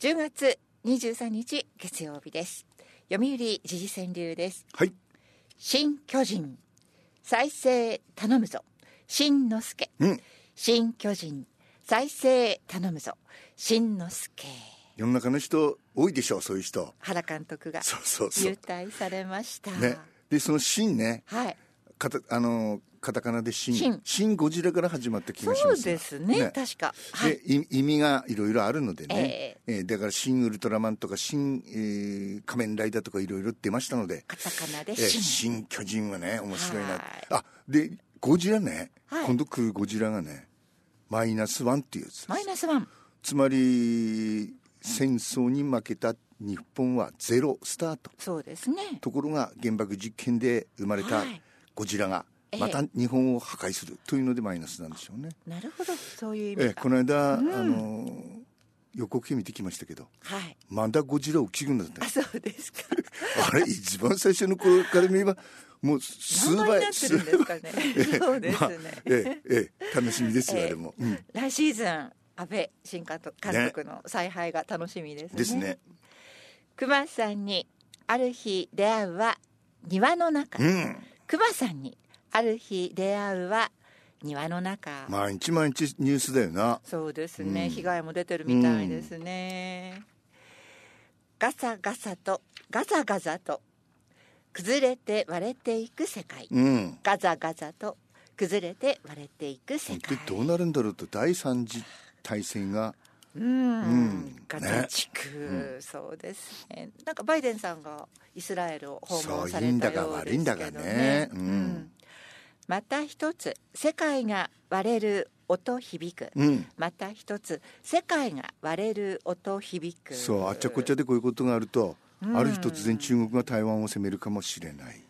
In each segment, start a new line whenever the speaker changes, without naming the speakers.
10月23日月曜日です読売時事川柳です
はい。
新巨人再生頼むぞ新之助、
うん
新巨人再生頼むぞ新之助
世の中の人多いでしょう、そういう人。
原監督が
そうそうそう
優。待されました、
ね。で、その真ね、
はい
かたあのカタカナで
真
真、真ゴジラから始まった気
そ
がします。
うですね確かはい
でい意味がいろいろあるのでね、えーだから「新ウルトラマン」とか「新、えー仮面ライダー」とかいろいろ出ましたので
カタカナ
「え
で
ー
新、
新巨人」はね面白い
は
ないあでゴジラね、
はい
今度来るゴジラがねマイナスワンっていうやつ
マイナスワン
つまり戦争に負けた日本はゼロスタート
そうですね
ところが原爆実験で生まれた
はい
ゴジラが
ええ
また日本を破壊するというのでマイナスなんでしょうね。
なるほどそういう意
え
味
え
か、
この間、あの予告編見てきましたけど
はい
まだゴジラを起きるんだって
あそうですか
あれ一番最初の頃から見ればもう数
何倍になっ
倍
てるんですかねそうですね、
まあええええ楽しみですよ、
ええ
あれも、うん
来シーズン安倍新監督監督の采配が楽しみですね
ですね
熊さんにある日出会うは庭の中
うん
熊さんにある日出会うは庭の中、
毎日毎日ニュースだよな
そうですね、
うん
被害も出てるみたいですね、ガサガサとガザガザと崩れて割れていく世界、
うん
ガザガザと崩れて割れていく世
本当
界
にどうなるんだろうと第三次大戦が
うん、
うん
ガザ地区、そうですねなんかバイデンさんがイスラエルを訪問さ
そういい
れ
ん
た
だか
よう
悪
で
いん
す
だ
け
か
ど
ね
ね
うん
また一つ世界が割れる音響く、
うん
また一つ世界が割れる音響く
そうあっちゃこっちゃでこういうことがあると、ある日突然中国が台湾を攻めるかもしれない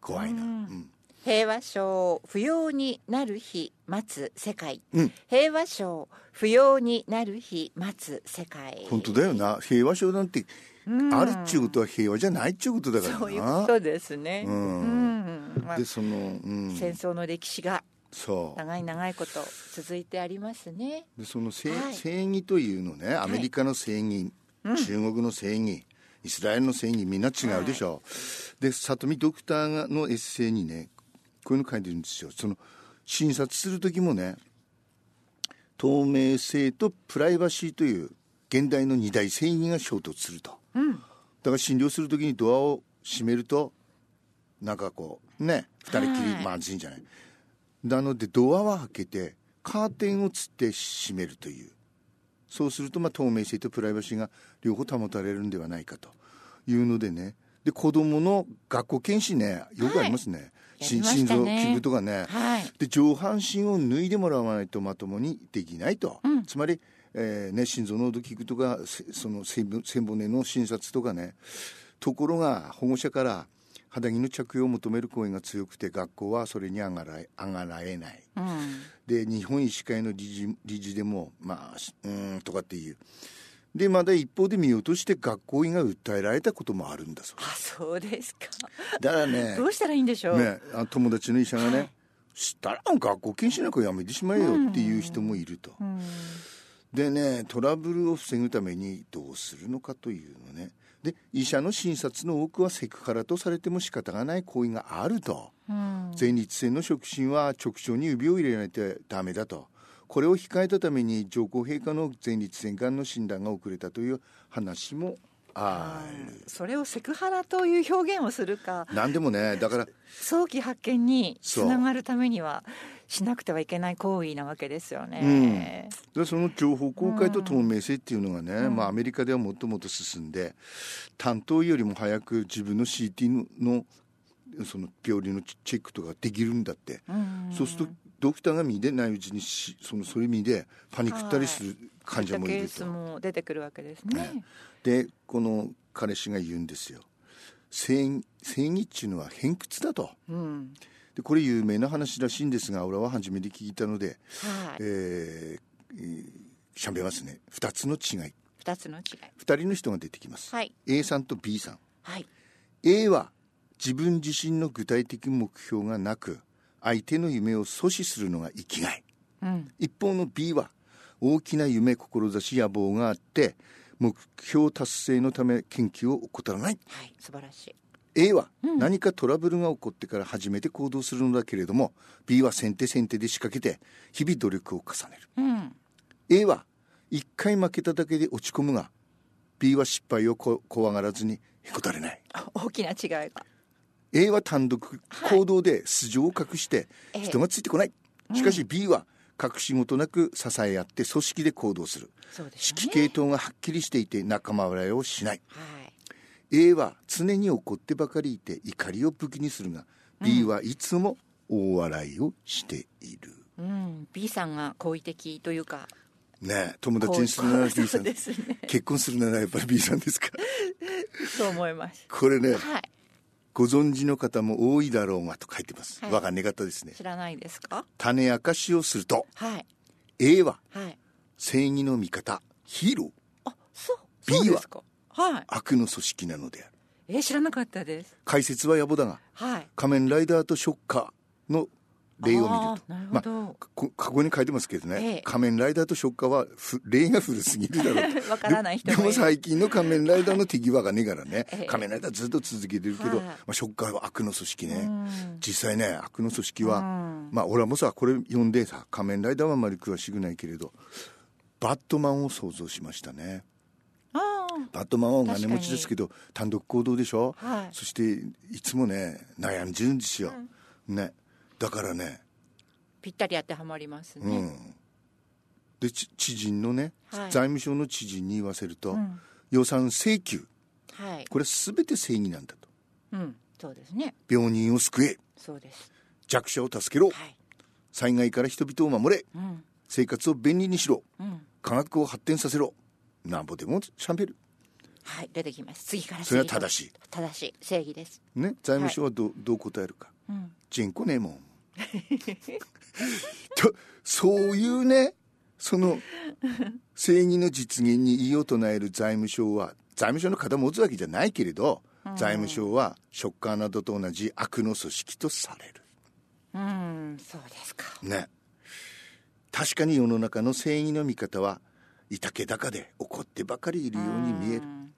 怖いなうん、
平和賞不要になる日待つ世界、
うん
平和賞不要になる日待つ世界
本当だよな平和賞なんてあるっちゅうことは平和じゃないっちゅうことだからな
そういうことですね
うん
うんまあ
でその、うん、
戦争の歴史が
そう
長い長いこと続いてありますね
でその正,、
はい
正義というのねアメリカの正義、中国の正義イスラエルの正義みんな違うでしょ、で里見ドクターがのエッセイにねこういうの書いてるんですよその診察する時もね透明性とプライバシーという現代の二大正義が衝突すると、だから診療する時にドアを閉めるとなんかこうね二人き
は
り
い
まずいんじゃないなのでドアは開けてカーテンをつって閉めるというそうするとまあ透明性とプライバシーが両方保たれるんではないかというのでねで子どもの学校検診ねよくありますね,、
やり
心
ましたね
心臓器具とかね、
はい
で上半身を脱いでもらわないとまともにできないと、つまり、えーね、心臓の度聞くとかせその背骨背骨の診察とかねところが保護者から肌着の着用を求める声が強くて学校はそれにあがらえあがらえない
うん
で日本医師会の理事理事でもまあしうーんとかっていうでまだ一方で見落として学校医が訴えられたこともあるんだそう
あそうですか
だからね
どうしたらいいんでしょう、
ね、あ友達の医者がね、したら学校禁止なんかやめてしまえよっていう人もいると、
うん
でねトラブルを防ぐためにどうするのかというのねで医者の診察の多くはセクハラとされても仕方がない行為があると、
うん
前立腺の触診は直腸に指を入れないとダメだとこれを控えたために上皇陛下の前立腺がんの診断が遅れたという話もある、
それをセクハラという表現をするか
なんでもねだから
早期発見につ
そう
ながるためにはしなくてはいけない行為なわけですよね。
でその情報公開と透明性っていうのがね、まあ、アメリカではもっともっと進んで担当医よりも早く自分の CT のその病理のチェックとかできるんだって、
うん
そうするとドクターが見でないうちにしそのそれ見でパニックったりする患者もい
そういったケ
る
ース
と。
も出てくるわけですね。
でこの彼氏が言うんですよ正正義っていうのは偏屈だと
うん、
でこれ有名な話らしいんですが俺は初めて聞いたので、
はい、
えーえーしゃべますね2つの違い
二つの違い。
2人の人が出てきます、
はい
A さんと B さん
はい。
A は自分自身の具体的目標がなく相手の夢を阻止するのが生きがい
うん、
一方の B は大きな夢志野望があって目標達成のため研究を怠らない
はい、素晴らしい。
A は何かトラブルが起こってから初めて行動するのだけれども B は先手先手で仕掛けて日々努力を重ねる
うん、
A は1回負けただけで落ち込むが B は失敗をこ怖がらずにへこたれない
あ 大きな違いが。
A は単独行動で素性を隠して
ええ
人がついてこない、しかし B は隠し事なく支え合って組織で行動する
そうです
指揮
よ
系
ね。
統がはっきりしていて仲間割れをしない
はい。
A は常に怒ってばかりいて怒りを武器にするが B はいつも大笑いをしている、
うん、B さんが好意的というか。
ねえ友達にするなら B さ、
そうんですね。
結婚するならやっぱり B さんですか
そう思います。
これね
はい。
ご存知の方も多いだろうがと書いてます、
はい
我が寝方ですね
知らないですか。
種明かしをすると
はい。
A は
はい。
正義の味方ヒーロー
あ、そう。
B は
そうですか。はい。
悪の組織なのである
えー知らなかったです。
解説は野暮だが
はい。
仮面ライダーとショッカーの例を見ると
あーなるほど
まあ、こ過去に書いてますけどね、
ええ
仮面ライダーとショッカーはふ例が古すぎるだろうと
わからない人もいる
ででも最近の仮面ライダーの手際がねえからね、
ええ
仮面ライダーずっと続けてるけど、
はい
まあ、ショッカーは悪の組織ね、
うん
実際ね悪の組織は、
うん
まあ俺はもうさこれ読んでさ仮面ライダーはあまり詳しくないけれどバットマンを想像しましたね
あ
バットマンはお金持ちですけど単独行動でしょ、
あ。はい。
そしていつもね悩んじるんですよ、ねだからね
ぴったり当てはまります
う
ね。
んでち知人のね、
はい
財務省の知人に言わせると、
うん。
予算請求
はい。
これ全て正義なんだと
うん。そうですね。
病人を救え
そうです。
弱者を助けろ
はい。
災害から人々を守れ
うん。
生活を便利にしろ
うん。
科学を発展させろなんぼでもしゃべる
はい。出てきます。次から
それは
次から
正しい、
正しい。正義です。
ね、財務省はど,、うどう答えるか
うん。
人口ねえも んとそういうねその正義の実現に異を唱える財務省は財務省の肩を持つわけじゃないけれど、財務省はショッカーなどと同じ悪の組織とされる
うん。そうですか。
ね確かに世の中の正義の味方はいたけだかで怒ってばかりいるように見える
ん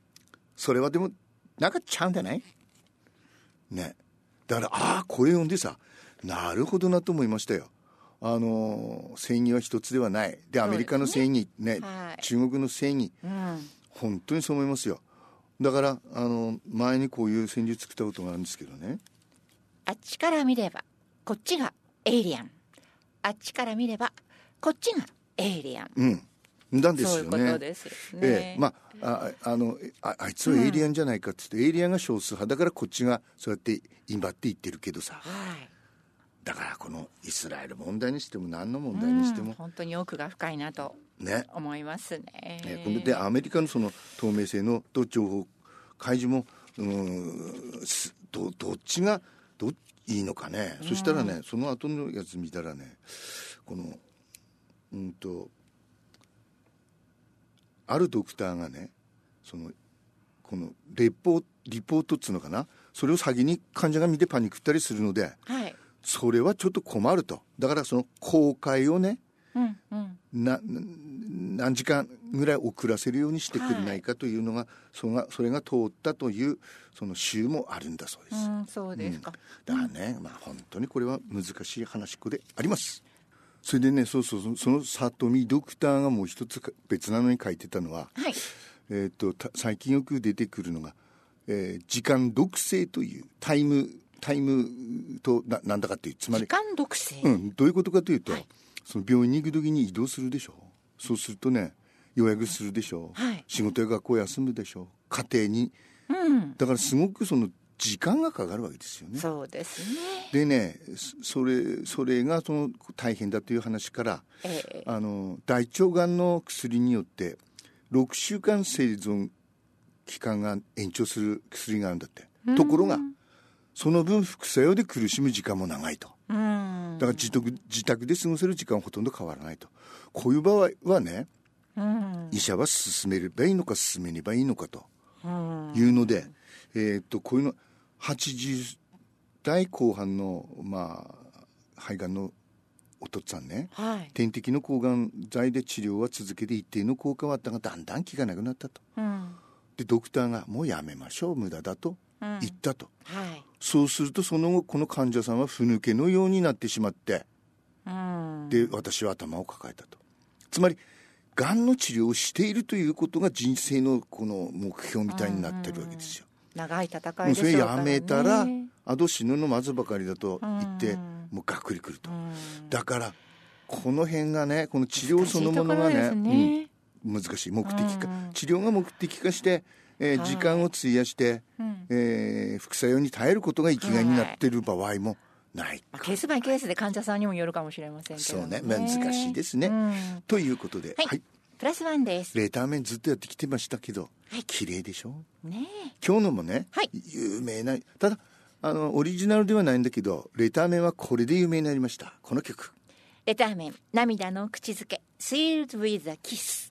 それはでもなんかちゃうんじゃないねだからああこれ読んでさなるほどなと思いましたよあのー正義は一つではないでアメリカの正義ね
はい
中国の正義
うん。
本当にそう思いますよだからあの前にこういう戦術作ったことがあるんですけどね
あっちから見ればこっちがエイリアンあっちから見ればこっちがエイリアン
うんなんです
そうい
よ
う
ね
ことですよね。
ええ、まあああのああいつはエイリアンじゃないかっつって、エイリアンが少数派だからこっちがそうやって威張って言ってるけどさ
はい
だからこのイスラエル問題にしても何の問
う
題にして
ん、
も、
本当に奥が深いなと
ね、
思いますね。
えーこれでアメリカのその透明性のと情報開示もうーんすどどっちがどっいいのかね、そしたらねその後のやつ見たらねこのうんとあるドクターがねそのこのレポリポートっつうのかなそれを先に患者が見てパニックったりするので
はい、
それはちょっと困るとだからその公開をね
うんうん、
なな何時間ぐらい遅らせるようにしてくれないかというのが,、それがそれが通ったというその州もあるんだそうです、
うん、そうですか。
だからね、まあ、本当にこれは難しい話っ子でありますそれでねそうそうそうその里見ドクターがもう一つか別なのに書いてたのは、
はい、
えー、とた最近よく出てくるのが、えー時間毒性というタイムタイムとななんだかっていうつまり
時間独占、
うん、どういうことかというと、
はい
その病院に行く時に移動するでしょそうするとね予約するでしょ、
はい
仕事や学校休むでしょ家庭に
うん、
だからすごくその時間がかかるわけですよね
そうですね。
でねそそれそれがその大変だという話から
ええ
あの大腸がんの薬によって6週間生存期間が延長する薬があるんだってところがその分副作用で苦しむ時間も長いと。
うん、
だから自宅自宅で過ごせる時間はほとんど変わらないとこういう場合はね
うん、
医者は進めればいいのか進めればいいのかと
うん、
いうので、えーっとこういうの80代後半の、まあ、肺がんのお父さんね
はい。
点滴の抗がん剤で治療は続けて一定の効果はあったがだんだん効かなくなったと
うん。
でドクターが「もうやめましょう無駄だ」と
うん。はい
言っ。たと、そうするとその後この患者さんはふぬけのようになってしまって
うん。
で私は頭を抱えたとつまりがんの治療をしているということが人生のこの目標みたいになってるわけですよ。
長い戦
も
いうで
そ
しょ
れ
うからね。
やめたら
うん。
あど死ぬのまずばかりだと言って
うん
もうがっくりくるとだからこの辺がねこの治療そのものが
難しいところです
ね
ね
うん難しい目的化
うん
治療が目的化して、えー
はい
時間を費やして、
うん。
えー副作用に耐えることが生きがいになっている場合もない
まあ、ケースバイケースで患者さんにもよるかもしれませんけ
そ
ど
うね難しいですね。
うん
ということで、
はい
はい、
プラスワンです。
レーター面ずっとやってきてましたけど、
はい
綺麗でしょ
ね
今日のもね、
はい
有名なただあのオリジナルではないんだけどレター面はこれで有名になりましたこの曲
えレターメン、涙の口づけ、Sealed with a Kiss。